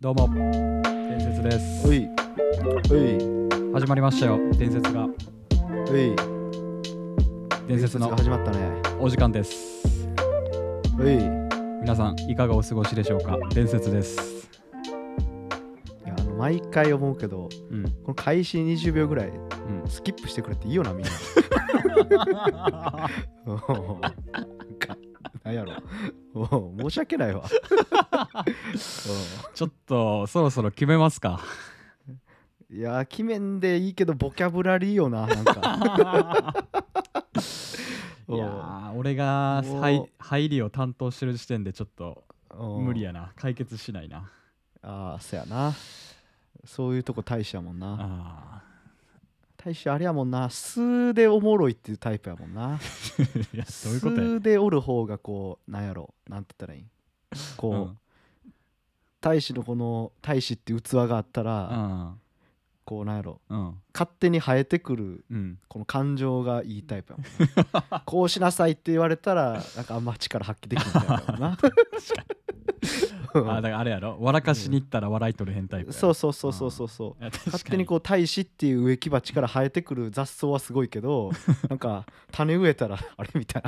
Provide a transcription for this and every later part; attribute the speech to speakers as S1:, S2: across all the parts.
S1: どうも伝説です
S2: おいおい
S1: 始まりましたよ伝説が
S2: おい
S1: 伝説
S2: が
S1: の
S2: 始まったね
S1: お時間です
S2: おいい
S1: 皆さんいかがお過ごしでしょうか伝説です
S2: やあの毎回思うけど
S1: うん
S2: この開始20秒ぐらい
S1: うん
S2: スキップしてくれっていいよな みんなおうなんやろおう申し訳ないわお
S1: ちょっとそろそろ決めます か
S2: ういや決めんでいいけどボキャブラリーよななん か
S1: いやー俺が
S2: もう
S1: 入入りを担当してる時点でちょっと無理
S2: や
S1: やな解決しないな
S2: ああそやなそういうとこ大使やもんな
S1: あ
S2: 大使あれやもんな素でおもろいっていうタイプやもんな
S1: ー いやどういうことや
S2: 素でおる方がこうなんやろなんて言ったらいいんこう、
S1: うん
S2: 大使のこの大使って器があったら、こうなんやろ
S1: うん
S2: 勝手に生えてくる
S1: うん
S2: この感情がいいタイプやもん なこうしなさいって言われたらなんかあんま力発揮できないタイプやも んな
S1: うんあだからあれやろ笑かしに行ったら笑い取れへんタイプやろ
S2: そうそうそうそうそうそう
S1: いや確かに
S2: 勝手にこう大使っていう植木鉢から生えてくる雑草はすごい けどなんか種植えたらあれみたい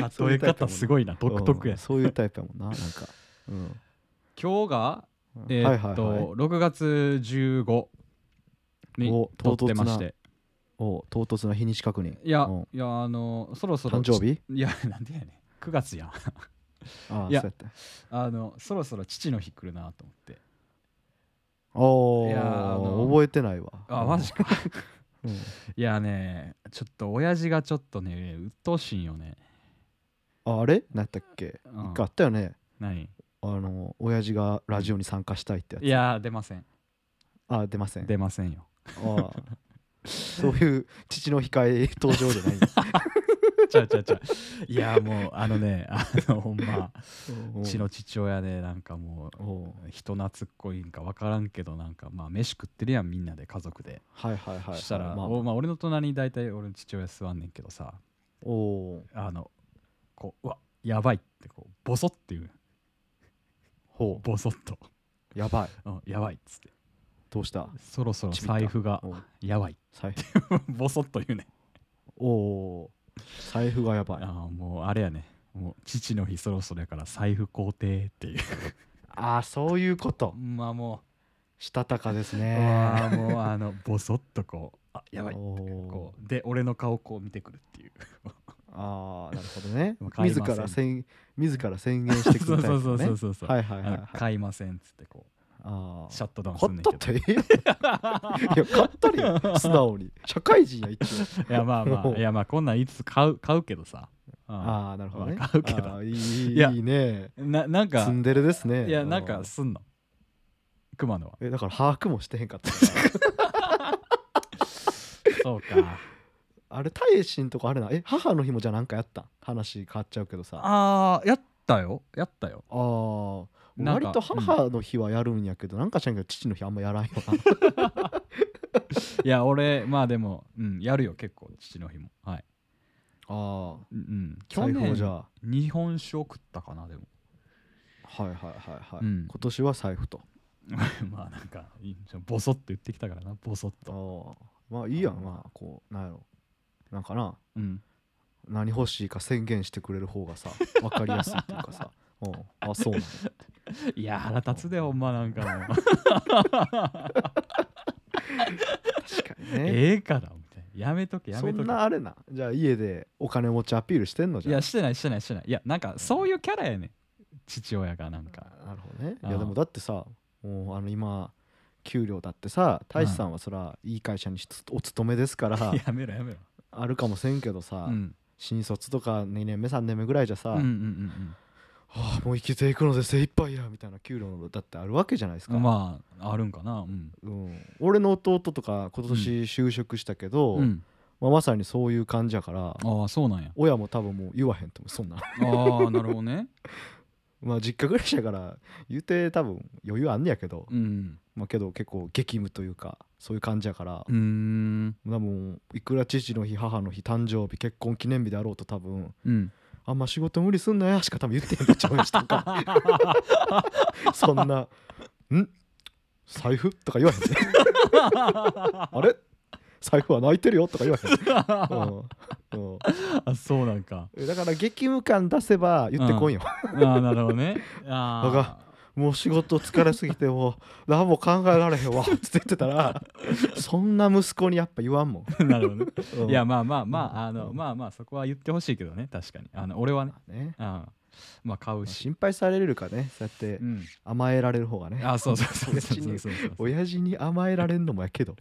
S2: な
S1: 例え方すごいな独特や
S2: うんそういうタイプやもんななんか、うん
S1: 今日がえー
S2: はい
S1: っ
S2: はい
S1: と、
S2: はい
S1: 6月15に
S2: お
S1: 撮っ
S2: 唐突
S1: て
S2: な
S1: まして
S2: お唐突な日にち確認
S1: いや、
S2: うん
S1: いやあのそろそろ
S2: 誕生日
S1: いや なんでやねん9月やん
S2: ああ
S1: いや
S2: そうやった
S1: あのそろそろ父の日来るなと思って
S2: お
S1: いやあの
S2: ー覚えてないわ
S1: あマジか
S2: うん
S1: いやねちょっと親父がちょっとね鬱陶しいんよね、
S2: ああれ何やったっけ
S1: うん
S2: 一回あったよね
S1: 何
S2: あの親父がラジオに参加したいってやつ
S1: いや出ません
S2: あ出ません
S1: 出ませんよ
S2: ああそういう父の控え登場じゃないんだ
S1: ちゃうちゃうちゃういやもうあのねあのほんま
S2: お
S1: う
S2: う
S1: ちの父親でなんかもう
S2: おう
S1: 人懐っこいんか分からんけどなんかまあ飯食ってるやんみんなで家族で、
S2: はいはいはい
S1: したら、
S2: まあ
S1: おまあ、俺の隣に大体俺の父親座んねんけどさ
S2: おお
S1: あのこううわやばいってこうボソって言う
S2: ほ
S1: ボソッと、
S2: うやばい
S1: うん、やばいっつって
S2: どうした
S1: そろそろ
S2: ちびった
S1: 財布が
S2: おう
S1: や ばい
S2: 財
S1: ボソッと言うね
S2: おう財布がやばい
S1: ああもうあれやねもう父の日そろそろやから財布肯定って いう
S2: ああそういうこと
S1: まあも
S2: したたかです
S1: う、
S2: ね
S1: ああもうあのボソッとこうあやばい
S2: おう
S1: こうで俺の顔こう見てくるって いう
S2: ああなるほどね
S1: わかり
S2: 自
S1: ません
S2: ら宣自ら宣言してく
S1: そ
S2: る
S1: う
S2: タ イ
S1: そうそ
S2: プ
S1: うそ
S2: ね
S1: うそうそう
S2: はいはいはい
S1: あ
S2: は
S1: の
S2: い
S1: 買いませんっつってこ
S2: あ
S1: うシ
S2: ー
S1: ャットダウンす
S2: ほ
S1: ん
S2: っ
S1: ねん
S2: とっ
S1: け
S2: ていいいや買 ったりよ素直に社会人や一応
S1: どいやまあまあいやまあこんなんいつ買う買うけどさ、うん、
S2: ああなるほどね
S1: わかるけど
S2: あーい
S1: いや
S2: いいいね
S1: ななんか
S2: ツンデレですね
S1: いやなん
S2: う
S1: かすんの熊野は
S2: えだから把握もしてへんかったか ら
S1: そうか
S2: あれ大使んとこあれなえ母の日もじゃあなんかやったん話変わっちゃうけどさあ
S1: あーやったよやったよ
S2: あー
S1: なんか
S2: 割と母の日はやるんやけど、なんかしらんけど父の日あんまやらんよ な
S1: いや俺まあでも、うん、やるよ結構父の日もはい、
S2: ああ
S1: うんうん、去
S2: 財布もじゃ
S1: 年
S2: あ
S1: 日本酒を食ったかなでも
S2: はいはいはいは
S1: う
S2: い、
S1: ん
S2: 今年は財布と
S1: まあなんかいいボソッと言ってきたからなボソッ
S2: あ
S1: と、
S2: ーまあいいやんまあこうなんやろなんかな
S1: うん、
S2: 何欲しいか宣言してくれる 方がさ分かりやすいっていうかさうんあそうなんや
S1: いや腹立つでほんまなんかもう
S2: 確かにね
S1: ええからみたいなやめとけや
S2: そ
S1: めと
S2: ん
S1: け
S2: なあれなじゃあ家でお金持ちアピールしてんの
S1: い
S2: じゃ
S1: や
S2: ん
S1: してないしてないしてないいやなんかそういうキャラやねん父親がなんか
S2: なるほどね
S1: あ
S2: いやでもだってさもうあの今給料だってさ大志さんはそらいい会社にしつお勤めですから、
S1: やめろやめろ
S2: あるかもせんけど
S1: う
S2: さ、
S1: ん
S2: 新卒とか2年目3年目ぐらいじゃさ、
S1: うんうんうん
S2: はあもう生きていくので精一杯やみたいな給料のだってあるわけじゃないです
S1: う
S2: か、
S1: んまああるんかなうん
S2: うん、俺の弟とか今年就職したけど、
S1: うん
S2: まあ、まさにそういう感じやから
S1: ああそうなんや
S2: 親も多分もう言わへんと思うそんなん
S1: ああなるほどね
S2: まあ実家暮らしやから言うて多分余裕あんねやけど、
S1: うん
S2: まあけど結構激務というかそう いう感じやから
S1: う、ーん
S2: 多分いくら父の日母の日誕生日結婚記念日であろうと多分
S1: うん
S2: あんま仕事無理すんなやしか多分言ってへんとちゃうしとかそん な「ん財布?」とか 言わへんねあれ財布は泣いてるよとか言わへん、 うんうん
S1: あそうなんか
S2: えだから激務感出せば言ってこんよ、
S1: ああなるほどねあ
S2: わかもう仕事疲れすぎてもう何も考えられへんわって言って たらそんな息子にやっぱ言わんもん、
S1: あ なるほどね
S2: うん
S1: いやまあまあまああの
S2: うん
S1: まあまあそこは言ってほしいけどね確かにあの俺はね
S2: ね
S1: あまあ買うし
S2: 心配されるかねそうやって
S1: うん
S2: 甘えられる方がね
S1: あそうそうそうそうそうそうそう
S2: 親父に甘えられんのもやけど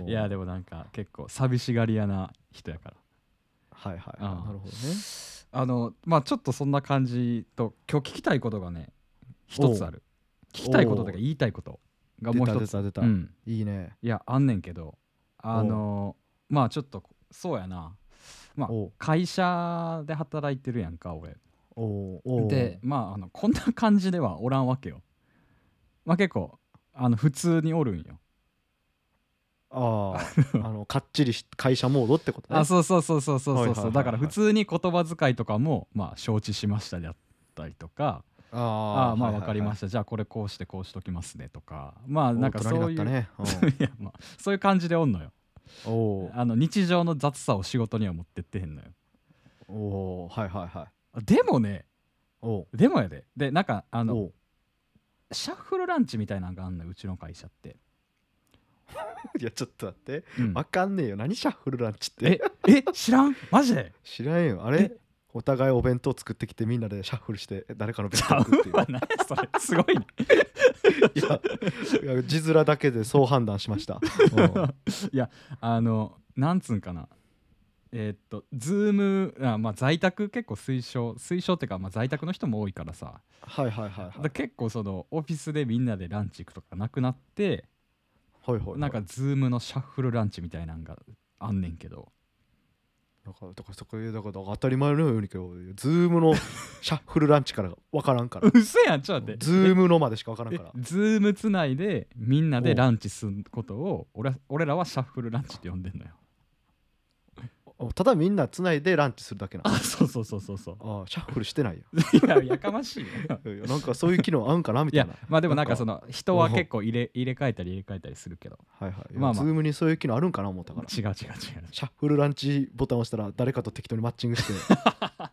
S2: うん
S1: いやでもなんか結構寂しがり屋な人やから
S2: はいはい
S1: あ
S2: は
S1: あ
S2: いなるほどね
S1: あのまあちょっとそんな感じと今日聞きたいことがね一つある聞きたいこととか
S2: おう
S1: 言いたいことがも
S2: 出
S1: う一
S2: た出
S1: つ
S2: た出た、
S1: うん
S2: いいね
S1: いやあんねんけどあのまあちょっとそうやなまあ
S2: おう
S1: 会社で働いてるやんか俺
S2: おうおう
S1: でまああのこんな感じではおらんわけよまあ結構あの普通におるんよ
S2: あああのかっちりし会社モードってことね
S1: あそうそうそうそうそうそうそう、
S2: はいはいはいはい
S1: だから普通に言葉遣いとかもまあ承知しましたであったりとかああーまあわかりました、じゃあこれこうしてこうしときますねとかまあ
S2: たな
S1: なんん
S2: か
S1: か
S2: そ
S1: そうう
S2: い
S1: いうう、
S2: ね
S1: いやまあそういう感じでおんのよ
S2: うんおう
S1: あの日常の雑さを仕事には持ってってへんのよ
S2: おうはいはいはい
S1: でもね
S2: おう
S1: でもやででなんかあの
S2: おう
S1: シャッフルランチみたいなのがあんのようちの会社って、
S2: いやちょっと待って
S1: うん
S2: わかんねえよ何シャッフルランチって
S1: ええ知らんマジで
S2: 知らんよあ
S1: え
S2: れお互いお弁当作ってきてみんなでシャッフルして誰かの弁当食 うっていう
S1: うわ何やそれすごいね
S2: いやいや字面だけでそう判断しま した、うん
S1: いやあのなんつうんかなえーっとズームあまあ在宅結構推奨推奨っていうか、まあ、在宅の人も多いからさ
S2: はいはいはいは
S1: だ
S2: い
S1: から結構そのオフィスでみんなでランチ行くとかなくなって
S2: はいはいはい
S1: なんかズームのシャッフルランチみたいなんがあんねんけど
S2: だからだからそこでだから当たり前のようにけどズームのシャッフルランチから分からんから
S1: うせやんちょっと待って
S2: ズームのまでしか分からん
S1: え
S2: から
S1: ズームつないでみんなでランチすることを俺は俺らはシャッフルランチって呼んでんのよ
S2: おただみんなつないでランチするだけなあ
S1: あそうそうそうそうそう
S2: あシャッフルして ないよ
S1: いややかましいよ
S2: いやなんかそういう機能あんかなみ
S1: い
S2: たい
S1: や
S2: な
S1: まあでもなん
S2: な
S1: か
S2: んか
S1: その人は結構入れ入れ替えたり入れ替えたりするけど
S2: はいはい、
S1: まあまあ
S2: ズームにそういう機能あるんかな思ったから
S1: 違う違う違う
S2: シャッフルランチボタン押したら誰かと適当にマッチン グしてあ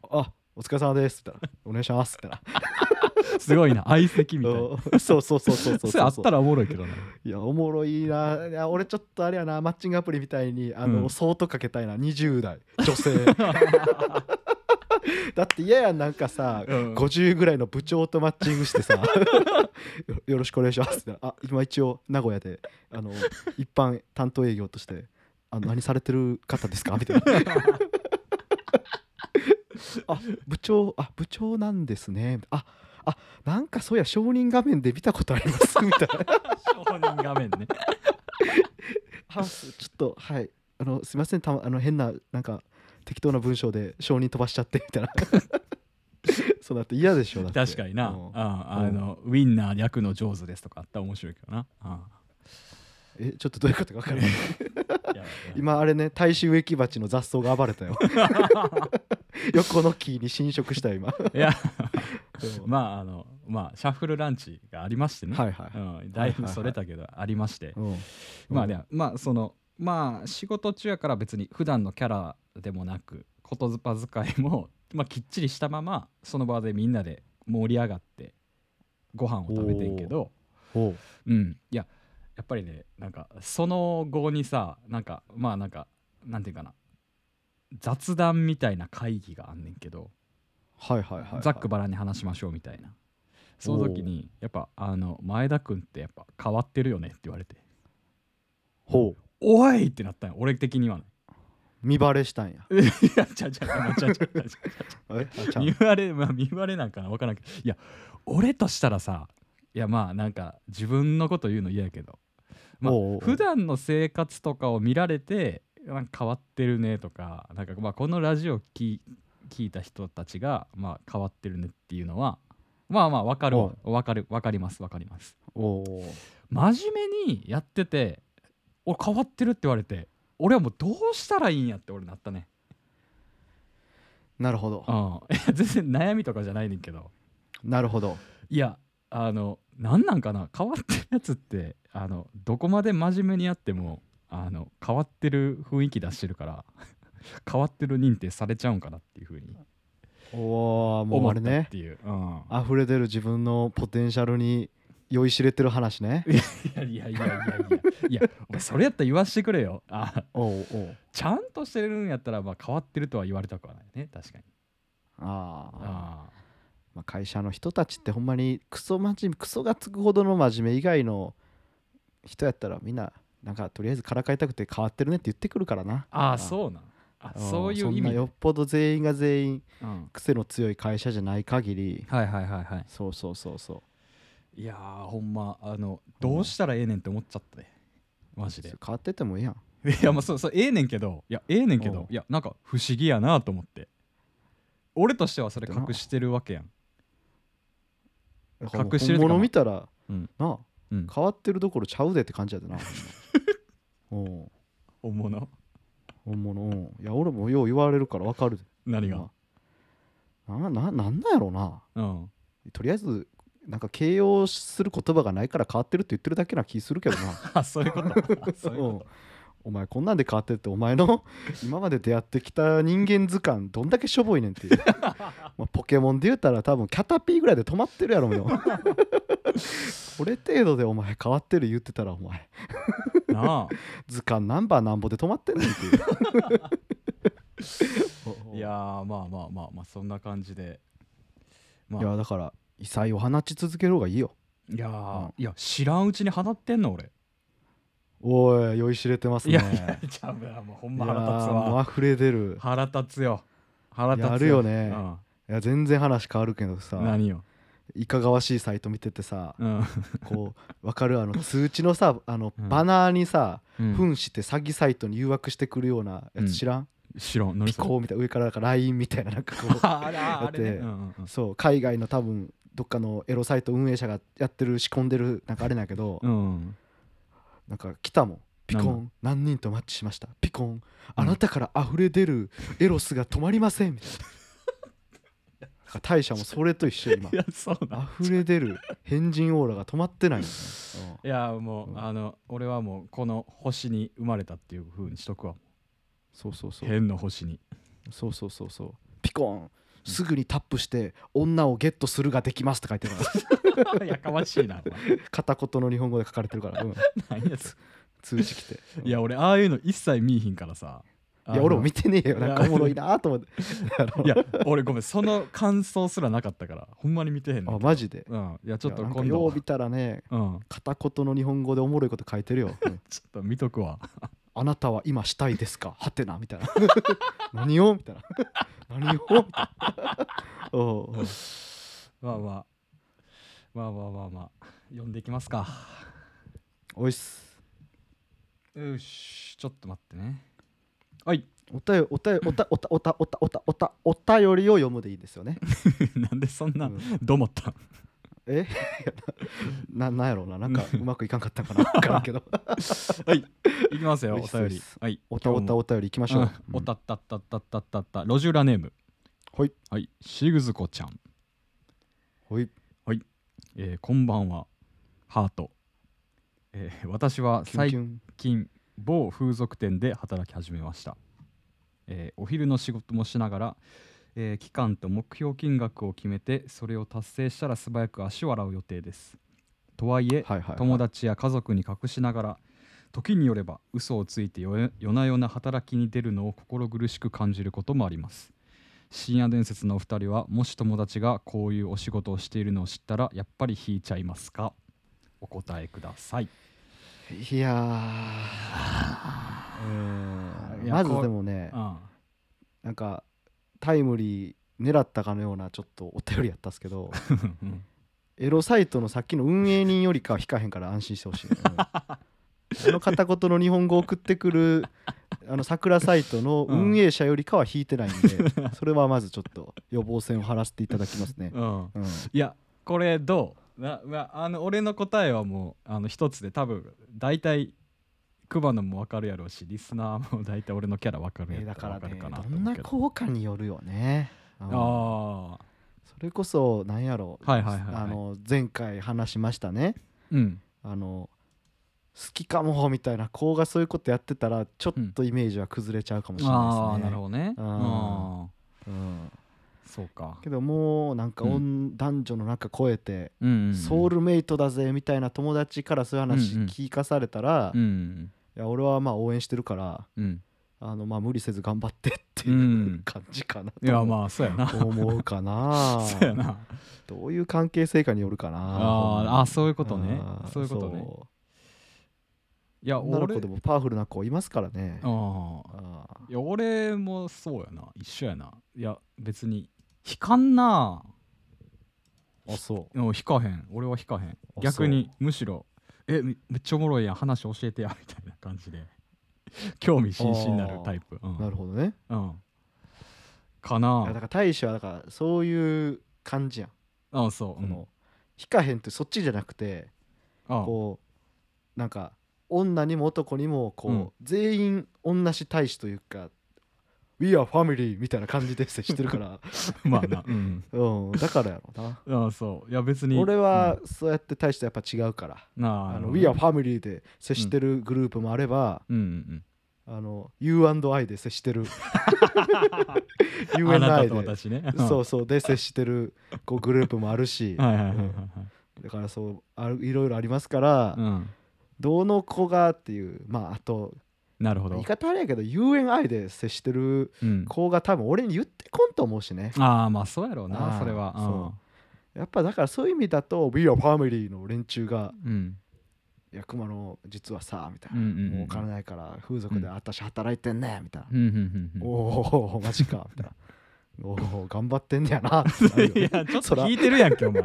S2: お疲れ様ですって言ったらお願いしますって言っ
S1: すごい な相 席み
S2: た
S1: たいな
S2: らうんそうそうそうそうそう
S1: それあった
S2: ら
S1: らおもろいけど ない
S2: やおもろいないや俺ちょっとあれやなマッチングアプリみたいにあの、
S1: うん
S2: ソートかけたいな20代女性 だって嫌やんなんかさ、
S1: うん
S2: 50ぐらいの部長とマッチングしてさ よよろしくお願いしますってあ今一応名古屋であの一般担当営業としてあの何されてる方ですかみたいなあ部長あ部長なんですねああなんかそういや承認画面で見たことあります みたいな
S1: 承認画面ね
S2: ハウスちょっとはいあのすいませんたまあの変ななんか適当な文章で承認飛ばしちゃってみたい なそうだって嫌でしょだって
S1: 確かにな
S2: うん
S1: ああのウィンナー略の上手ですとかあったら面白いけどなあ
S2: えちょっとどういうことか分からない
S1: いやいや
S2: 今あれね大衆植木鉢の雑草が暴れたよ横の木に侵食したよ今
S1: い や
S2: うん
S1: まああのまあシャッフルランチがありましてね
S2: はいはい
S1: うんだいぶそれたけどありまして
S2: うん
S1: まあねまあそのまあ仕事中やから別に普段のキャラでもなく言葉遣いも、 まあ、きっちりしたままその場でみんなで盛り上がってご飯を食べてんけど
S2: おう
S1: うんいややっぱりねなんかその後にさなんかまあなんかなんていうかな雑談みたいな会議があんねんけど
S2: はいはいはいはい
S1: ざっくばらんに話しましょうみたいなその時にやっぱあの前田君ってやっぱ変わってるよねって言われて
S2: ほう
S1: 「おい!」ってなったんよ俺的にはね
S2: 見バレしたんや
S1: いや、ちゃうちゃう、ちゃうちゃうちゃうち
S2: えあち
S1: ゃ
S2: ゃ
S1: う。
S2: ん
S1: 見割れ、まあ、見割れなんかな、わからんけど、いや、俺としたらさ。いや、まあ、なんか、自分のこと言うの嫌やけど。まあ
S2: おうおうおう
S1: 普段の生活とかを見られて、なんか変わってるねとかなんかまあこのラジオ聞聞いた人たちがまあ変わってるねっていうのはまあまあわかるわわかるわかりますわかります
S2: おお
S1: 真面目にやってて俺変わってるって言われて俺はもうどうしたらいいんやって俺なったね
S2: なるほど
S1: うんいや全然悩みとかじゃないねんけど
S2: なるほど
S1: いやあの何なんかな変わってるやつってあのどこまで真面目にやってもあの変わってる雰囲気出してるから 変わってる認定されちゃうんかなっていうふうに
S2: おおも
S1: 思
S2: う
S1: っ
S2: あ
S1: た
S2: れ
S1: っ
S2: ね
S1: ていう、うん、
S2: 溢れてる自分のポテンシャルに酔いしれてる話ね
S1: いやいやいやいやいやいやお前それやったら言わしてくれよあ
S2: おうおう
S1: ちゃんとしてるんやったらまあ変わってるとは言われたくはないね確かに
S2: ああ
S1: あ
S2: まあ、会社の人たちってほんまにクソ真面目クソがつくほどの真面目以外の人やったらみんななんかとりあえずからかいたくて変わってるねって言ってくるからな
S1: あああ
S2: あ
S1: そうなんあ
S2: ん
S1: そういう意
S2: そんな
S1: 味で
S2: よっぽど全員が全員
S1: うん
S2: 癖の強い会社じゃない限り
S1: はいはいはいはい
S2: そうそうそうそう
S1: いやーほんまあのどうしたらええねんって思っちゃったねマジで
S2: 変わっててもいいやん
S1: いやまあそうそうええねんけどいやええねんけ
S2: うん
S1: どいやなんか不思議やなと思って俺としてはそれ隠してるわけやん隠してるとか
S2: 本物見たら、
S1: うん
S2: なあ、
S1: うん
S2: 変わってるどころちゃうでって感じやでな おう
S1: 本物
S2: 本物うんいや俺もよう言われるからわかるで
S1: 何が
S2: なななんなんやろうな
S1: うん
S2: とりあえずなんか形容する言葉がないから変わってるって言ってるだけな気するけどな
S1: あそういうこと そういう
S2: うん
S1: こ
S2: お前こんなんで変わってってお前の 今まで出会ってきた人間図鑑どんだけしょぼいねんっていう まあポケモンで言うたら多分キャタピーぐらいで止まってるやろ うよこれ程度でお前変わってる言ってたらお前
S1: となあ
S2: 図鑑ナンバーなんぼで止まってんねんって いうおうおう
S1: いやーまあまあまあまあそんな感じでまあ
S2: いやだから異彩を放ち続ける方がいいよ
S1: いやー
S2: うん
S1: いや知らんうちに放ってんの俺
S2: おい酔いしれてます
S1: い
S2: ね
S1: やいやちゃうなもうほんま腹立つ
S2: いやーもう
S1: わ
S2: 溢れ出る
S1: 腹立つよ腹立つ
S2: やるよね
S1: うん
S2: いや全然話変わるけどさ
S1: 何よ
S2: いかがわしいサイト見てて さ
S1: うん
S2: こう分かるあの通知のさあの
S1: うん
S2: バナーにさ
S1: うん
S2: 扮して詐欺サイトに誘惑してくるような
S1: う
S2: や
S1: ん
S2: つ知らん
S1: 知らん何
S2: ピ
S1: それ
S2: コーみたいな上からなんか LINE みたいななんかこ
S1: ああれあれね
S2: だって
S1: うんうん うん
S2: うそう海外の多分どっかのエロサイト運営者がやってる仕込んでるなんかあれなんやけど
S1: うん
S2: なんか来たもんピコン何人とマッチしましたピコンあなたから溢れ出るエロスが止まりませんみた いななんか大社もそれと一緒今
S1: いやそうな
S2: 溢れ出る変人オーラが止まってないよね、うん
S1: いやもう、
S2: うん
S1: あの俺はもうこの星に生まれたっていう風にしとくわ
S2: そうそうそう
S1: 変の星 に
S2: そうそうそうそうピコンすぐにタップして女をゲットするができますって書いてるから
S1: やかましいなお前
S2: 片言の日本語で書かれてるから、うん
S1: 何やつ
S2: 通知来て、うん
S1: いや俺ああいうの一切見いひんからさ
S2: いや俺も見
S1: て
S2: てねえよなんかおもろいなと思って あの
S1: いや俺ごめんその感想すらなかったからほんまに見てへんねんけど
S2: あマジで
S1: うんいやちょっと
S2: いやなんか
S1: 今
S2: よ
S1: 度
S2: う見たらね
S1: うん
S2: 片言の日本語でおもろいこと書いてるよ、 うん
S1: ちょっと見とくわ
S2: あなたは今したいですかはてなみたいな 何をみたいな 何をみたいな おうおう
S1: まあまあまあまあまあまあ読んでいきますか
S2: おいっす
S1: よしちょっと待ってね はい
S2: おたよおたよおたおたおたおたおたおたおたよりを読むでいいですよね。
S1: なんでそん な
S2: うん
S1: どう思ったん
S2: えななんやろうななんかうまくいかんかったんかな分からん けど。
S1: はい、いきますよ、
S2: おい
S1: お
S2: っす
S1: 便り
S2: おいっす。
S1: はい、
S2: おたおたおたよりいきましょ
S1: うん
S2: う。
S1: おたったったったったったった、路地裏ネーム。
S2: ほい
S1: はい、しぐずこちゃん、
S2: ほい
S1: えーこんばんは、ハート。えー私は
S2: キュン
S1: 最
S2: キュン。
S1: 近、某風俗店で働き始めました。えーお昼の仕事もしながら、えー期間と目標金額を決めて、それを達成したら素早く足を洗う予定です。とはいえ、
S2: はいはいはい。
S1: 友達や家族に隠しながら時によれば嘘をついて夜夜な夜な働きに出るのを心苦しく感じることもあります深夜伝説のお二人はもし友達がこういうお仕事をしているのを知ったらやっぱり引いちゃいますかお答えください
S2: いやーうーん
S1: いや
S2: ま ず
S1: こう
S2: でもね
S1: うん
S2: なんかタイムリー狙ったかのようなちょっとお便りやったっすけど エロサイトのさっきの運営人より かは引かへんから安心してほしい、うんあの片言の日本語送ってくるあの桜サイトの運営者よりかは引いてないん で、それはまずちょっと予防線を張らせていただきますね。
S1: うん、
S2: うん、
S1: いやこれどうな、まあ、あの俺の答えはもうあの一つで多分大体熊野も分かるやろうしリスナーも大体俺のキャラ分かるや
S2: え
S1: ろ
S2: だから
S1: 分
S2: ね
S1: かるかなと
S2: どん
S1: 思う
S2: な
S1: けど
S2: 効果によるよね。うん
S1: ああ
S2: それこそなんやろ
S1: はいはいはいはい
S2: あの前回話しましたね
S1: うん
S2: あの好きかもみたいな子がそういうことやってたらちょっとイメージは崩れちゃうかもしれ
S1: あ
S2: な
S1: あ
S2: い
S1: ー
S2: です
S1: な
S2: ね
S1: る。ほどね
S2: う
S1: うんん
S2: うん
S1: そうか
S2: けどもうなんか、
S1: うん
S2: 女男女の中超えて、
S1: うんうんうん
S2: ソウルメイトだぜみたいな友達からそういう話
S1: うんうん
S2: 聞かされたら、
S1: う
S2: い
S1: ん
S2: や俺はまあ応援してるから
S1: うん
S2: あのまあ無理せず頑張ってって
S1: う
S2: いうん感じかなと
S1: いやまあそうやなそ
S2: 思うかな
S1: うやな
S2: どういう関係性かによるかな
S1: あーあーそういうことね
S2: あー
S1: そういうことね
S2: そう
S1: いや
S2: 女の
S1: 俺
S2: 子でもパワフルな子いますからね
S1: ああ
S2: あー
S1: いや俺もそうやな一緒やないや別に引かんな
S2: あそ
S1: うん引かへん俺は引かへん
S2: あ
S1: 逆にむしろえめめっちゃおもろいやん話教えてやみたいな感じで興味津々になるタイプう、
S2: うなんるほどね
S1: うん、か
S2: いやだ
S1: な
S2: から大使はだからそういう感じやん
S1: うんそう
S2: こ
S1: う
S2: の、
S1: ん
S2: 引かへんってそっちじゃなくて
S1: あ
S2: こうなんか女にも男にもこう、
S1: うん
S2: 全員同じ大使というか「We are family」みたいな感 じで接してるから
S1: まあなうん
S2: うんだからやろうな
S1: あそういや別に
S2: 俺はそうやって大使とやっぱ違うから
S1: うんな
S2: 「
S1: あ
S2: あ
S1: あ
S2: の
S1: の
S2: We are family」で接してるグループもあれば、
S1: うんうん
S2: あの U&I で接 してる
S1: うんあな
S2: U&I
S1: たと
S2: で
S1: 私ね
S2: そうそうで接してるこうグループもあるし、
S1: うんはいはいはいはい
S2: だからそうあるいろいろありますから、
S1: はいうん
S2: どの子がっていうまああと
S1: なるほ
S2: 言
S1: ど
S2: い方あれやけど UNI で接してる
S1: うん
S2: 子が多分俺に言ってこんと思うしね
S1: ああまあそうやろう
S2: ああ
S1: なそれは
S2: そ
S1: うん
S2: やっぱだからそういう意味だと We are family の連中が
S1: うん
S2: 「いや熊野実はさ」みたい
S1: うん
S2: な
S1: うんうん
S2: 「もうお金ないから風俗で
S1: うん
S2: 私働いてんね」みたいな
S1: うんうん
S2: 「
S1: うん
S2: おおマジか」みたいな「 おお頑張ってんねやな」
S1: うんいやちょっと引いてるやんけ お前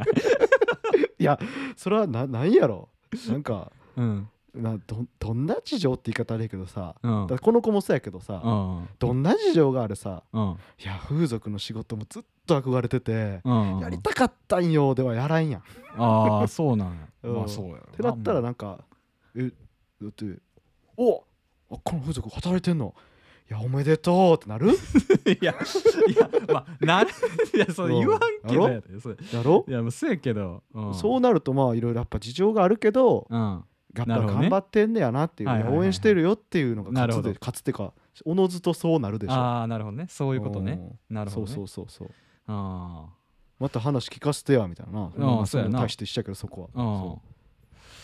S2: いやそれはななんやろなんか
S1: うん
S2: などどんな事情って言い方あれやけどさ
S1: うん
S2: だからこの子もそうやけどさ、
S1: うん
S2: どんな事情があるさ
S1: うん
S2: いや風俗の仕事もずっと憧れてて、
S1: うん
S2: やりたかったんよではやらんやん。っ
S1: ああそうなんや
S2: うん
S1: まあそうやろな
S2: てなったらなんか「えだっておあこの風俗働いてんのいやおめでとう」ってな る
S1: いやいやまあなるいやそれ言わんけどやでそれ
S2: やろ
S1: いやもうそうやけど うん
S2: そうなるとまあいろいろやっぱ事情があるけど
S1: うん
S2: やっぱ
S1: なるほどね
S2: 頑張ってんねやなっていう、
S1: はいはいはいはい
S2: 応援してるよっていうのが
S1: な
S2: 勝
S1: る
S2: つ
S1: ほど
S2: で勝つっていうかおのずとそうなるでしょ。
S1: ああなるほどねそういうことね
S2: ん
S1: なるほどね
S2: そうそうそうそう
S1: あ
S2: また話聞かせてやみたいな
S1: うん
S2: まあ
S1: そうやな
S2: 大してしちゃうけどそこ
S1: あう
S2: は
S1: ん
S2: そ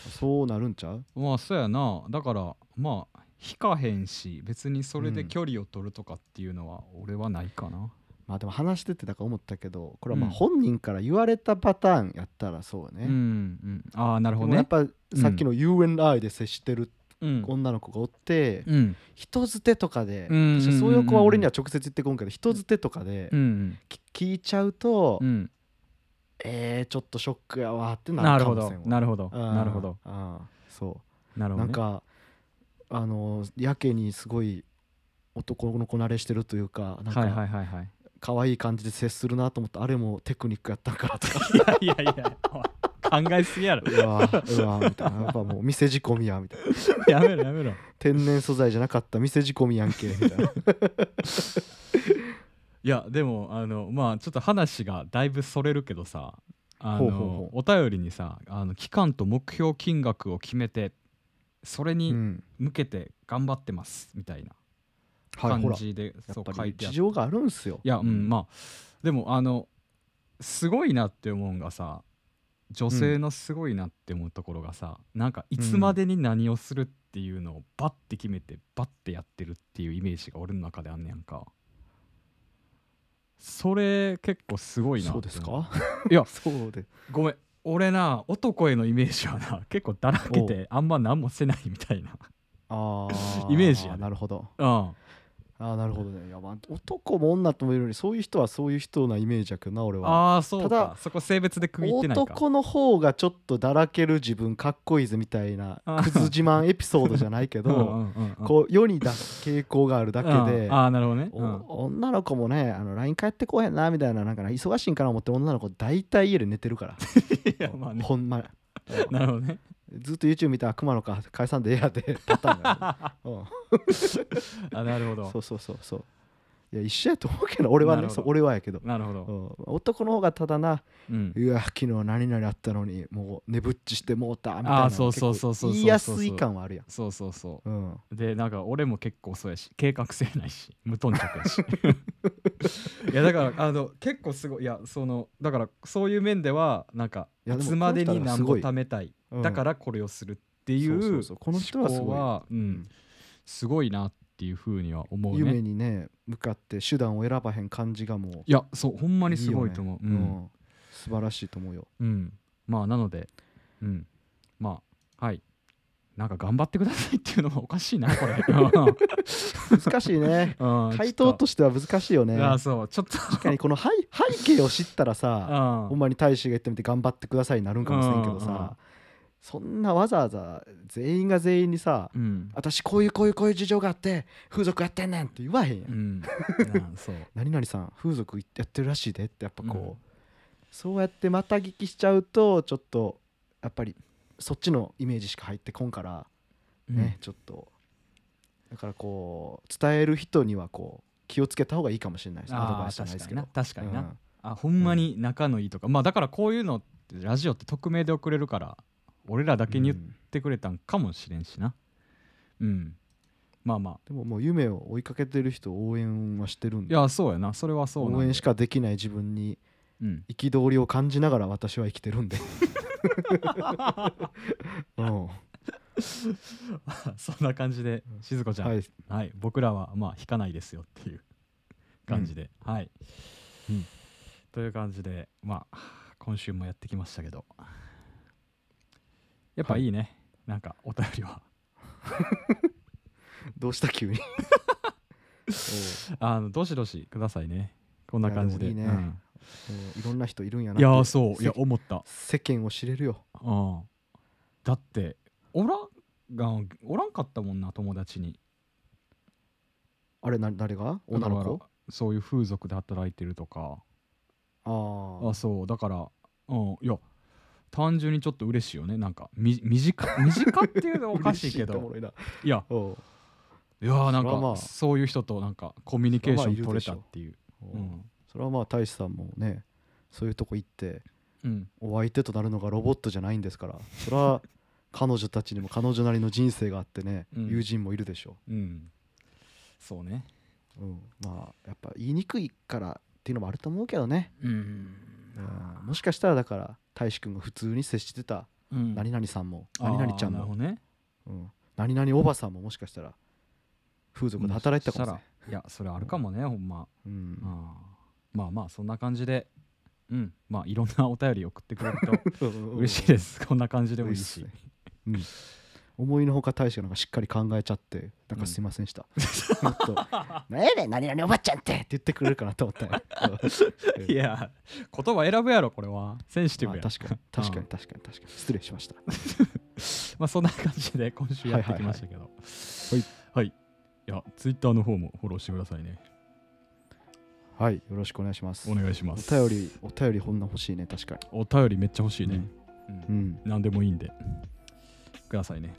S2: うそうなるんちゃう
S1: まあそうやなだからまあ引かへんし別にそれ
S2: う
S1: で
S2: ん
S1: 距離を取るとかっていうのは俺はないかな
S2: まあでも話しててだから思ったけどこれはまあ
S1: うん
S2: 本人から言われたパターンやったらそう
S1: うんう
S2: ね、
S1: んああなる
S2: で
S1: ほど
S2: もやっ
S1: ね
S2: ぱさっきの UNI で接してる
S1: うん
S2: 女の子がおって、
S1: うん
S2: 人づてとかで、
S1: うんうんうんうん
S2: 確かそういう子は俺には直接言ってこんけど人づてとかで、
S1: うん
S2: き聞いちゃうと、
S1: うん
S2: えー、ちょっとショックやわってな
S1: な
S2: る
S1: る
S2: か
S1: ほ
S2: も
S1: ど
S2: しれんわ
S1: なるほど
S2: うん
S1: なるほど
S2: うんそう
S1: なるほどね
S2: なんかあのやけにすごい男の子慣れしてるというかなん
S1: はいはい
S2: か
S1: はいはい
S2: 可愛い感じで接するなと思ってあれもテクニックやったんからとか
S1: いやいやいやおい考えすぎやろ
S2: うわうわみたいなやっぱもう店仕込みやみたい
S1: や
S2: な
S1: めろやめろ
S2: 天然素材じゃなかった店仕込みやんけみたいな
S1: いやでもあのまあちょっと話がだいぶそれるけどさあの
S2: ほうほうほ
S1: お便りにさあの期間と目標金額を決めてそれ
S2: う
S1: に
S2: ん
S1: 向けて頑張ってますみたいな
S2: は
S1: 感
S2: いほら
S1: じで、
S2: や
S1: そ
S2: っ
S1: う
S2: ぱ
S1: 書い
S2: り
S1: てあ
S2: 事
S1: っ
S2: 情があるんすよ
S1: いやうんまあでもあのすごいなって思うんがさ女性のすごいなって思うところがさ、なんかいつまでに何をするっていうのをバッて決めてバッてやってるっていうイメージが俺の中であんねやんかそれ結構すごいなって
S2: そ
S1: 思
S2: うですか
S1: いや
S2: そうで
S1: ごめん俺な男へのイメージはな結構だらけてあんま何もせないみたいな
S2: あ
S1: イメージやね
S2: なるほど
S1: うん
S2: ああなるほどねいや、まあ、男も女とも言うよりそういう人はそういう人なイメージやけどな俺は
S1: ああそう
S2: た
S1: か
S2: だ
S1: そこ性別で区切ってないか
S2: 男の方がちょっとだらける自分かっこいいぜみたいな
S1: あー
S2: クズ自慢エピソードじゃないけ
S1: うんう
S2: ど
S1: んうんうん
S2: こう世に出す傾向があるだけで
S1: うんああなるほどね、
S2: お
S1: うん
S2: 女の子もねあの LINE 帰ってこうへんなみたいななんかな忙しいんかな思って女の子大体家で寝てるから
S1: いやまあ ね
S2: ほんま
S1: なるほどね
S2: ずっと YouTube 見たら熊野か解散でええや でパターンがあるうん
S1: あなるほ
S2: そ
S1: ど
S2: うそうそうそういや一緒やと思うけど 俺は
S1: なる
S2: ね
S1: ほど
S2: そう俺はやけど、
S1: なるほ
S2: う
S1: ど、
S2: ん、男の方がただな
S1: うん、
S2: うわ昨日何々あったのにもう寝ぶっちしてもうたみたいな
S1: あーそうそうそうそうそうそう
S2: 結構言いやすい感はあるやん
S1: そうそうそ
S2: うん、
S1: うでなんか俺も結構そうやし計画性ないし無頓着や しいやだからあの結構すごいいやそのだからそういう面ではなんかい
S2: いやでも
S1: つまでに何も
S2: この人は
S1: 貯めたい
S2: うん
S1: だからこれをするってい
S2: そうそううそうこの人はすごい
S1: 思考うん、すごいなっていうふうには思うね
S2: 夢にね向かって手段を選ばへん感じがもう
S1: いやそうほんまにすごいと思う
S2: いいよね
S1: うん
S2: うん素晴らしいと思うよ
S1: うん、まあなので、うん、まあはいなんか頑張ってくださいっていうのもおかしいなこ れ
S2: 難しいね
S1: うん
S2: 回答としては難しいよね
S1: ねあそうちょっと
S2: 確かにこの背背景を知ったらさ
S1: うん
S2: ほんまに大使が言ってみて頑張ってくださいになるんかもしれんけど
S1: うんうんうん
S2: さそんなわざわざ全員が全員にさ
S1: うん
S2: 私こういうこういうこういう事情があって風俗やってんねんって言わへんやん
S1: うんなそう
S2: 何々さん風俗やってるらしいでってやっぱこう、
S1: うん
S2: そうやってまた聞きしちゃうとちょっとやっぱりそっちのイメージしか入ってこんから ね、ちょっとだからこう伝える人にはこう気をつけた方がいいかもしれないですアド
S1: あ
S2: バイ
S1: あ
S2: スじゃない
S1: 確
S2: です
S1: かに
S2: けど
S1: な確かにな、
S2: うん
S1: あほんまに仲のいいとか、まあだからこういうのってラジオって匿名で送れるから俺らだけに言ってくれたんかもしれんしなうん、まあまあ
S2: でももう夢を追いかけてる人を応援はしてるん
S1: い
S2: で
S1: やそうやなそれはそうなんで
S2: 応援しかできない自分に
S1: うん
S2: 憤りを感じながら私は生きてるんでうんは
S1: そんな感じでしずこちゃん、はい
S2: い
S1: 僕らはまあ引かないですよっていう感じで、はい、
S2: うん
S1: という感じでまあ今週もやってきましたけどやっぱいいね、なんかお便りは
S2: どうした急に
S1: あのどしどしくださいねこんな感じで
S2: いやでもいいねおうもういろんな人いるんや
S1: うん
S2: ない
S1: や
S2: って
S1: そういや思った、
S2: 世間を知れるよ
S1: うん、だっておらんがおらんかったもんな友達に
S2: あれな誰が女の
S1: だ
S2: 子
S1: からそういう風俗で働いてるとか
S2: あ
S1: あ
S2: あ
S1: そうだからうんいや単純にちょっと嬉しいよねなんかみ身近 身近っていうのはおかしいけ
S2: 嬉っておも
S1: ど
S2: ろいない
S1: や
S2: おう
S1: いやーなん
S2: そらま
S1: か
S2: あ
S1: そういう人となんかコミュニケーシ
S2: そらまあい
S1: ョン
S2: る
S1: 取れ
S2: でしたょ
S1: っていう
S2: おう
S1: うん
S2: それはまあ大使さんもねそういうとこ行って
S1: うん
S2: お相手となるのがロボットじゃないんですからそれは彼女たちにも彼女なりの人生があってね、
S1: うん
S2: 友人もいるでしょ
S1: うんそうね
S2: う、うん、まあやっぱ言いにくいからっていうのもあると思うけどね、
S1: うん
S2: うんもしかしたらだから大志くんが普通に接してた
S1: うん
S2: 何々さんも、
S1: あー
S2: 何々ちゃん
S1: なるほ
S2: も、
S1: どね
S2: うん、何々おばさんももしかしたら風俗で働いてたかもしれない、
S1: いやそれあるかもねほんま
S2: うん
S1: あーまあまあそんな感じでうんまあいろんなお便り送ってくれる と嬉しい
S2: い
S1: ですこんな感じでもいいし
S2: うん、思いのほか大使がなんかしっかり考えちゃってなんかすいませんでした、もっ と「何やねん何々おばちゃんって!」って言ってくれるかなと思ったようん
S1: いや言葉選ぶやろこれはセンシティ
S2: ま
S1: ブ
S2: あ
S1: や
S2: 確かに確かに確かに確かに失礼しました
S1: まあそんな感じで今週やってきましたけど。はい
S2: い
S1: はい。いや、ツイッターの方もフォローしてくださいね。
S2: はいよろしくお願いします
S1: お願いしま
S2: お
S1: す。
S2: 便。りお便りこんなん欲しいね確かに
S1: お便りめっちゃ欲しいね。うん
S2: うん
S1: 何でもいいんで。くださいね。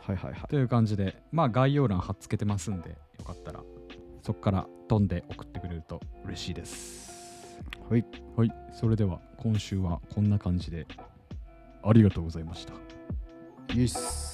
S2: はいはいはい
S1: という感じで、まあ概要欄貼っつけてますんで、よかったらそこから飛んで送ってくれると嬉しいです。
S2: はい
S1: はい。それでは今週はこんな感じでありがとうございました。
S2: イエス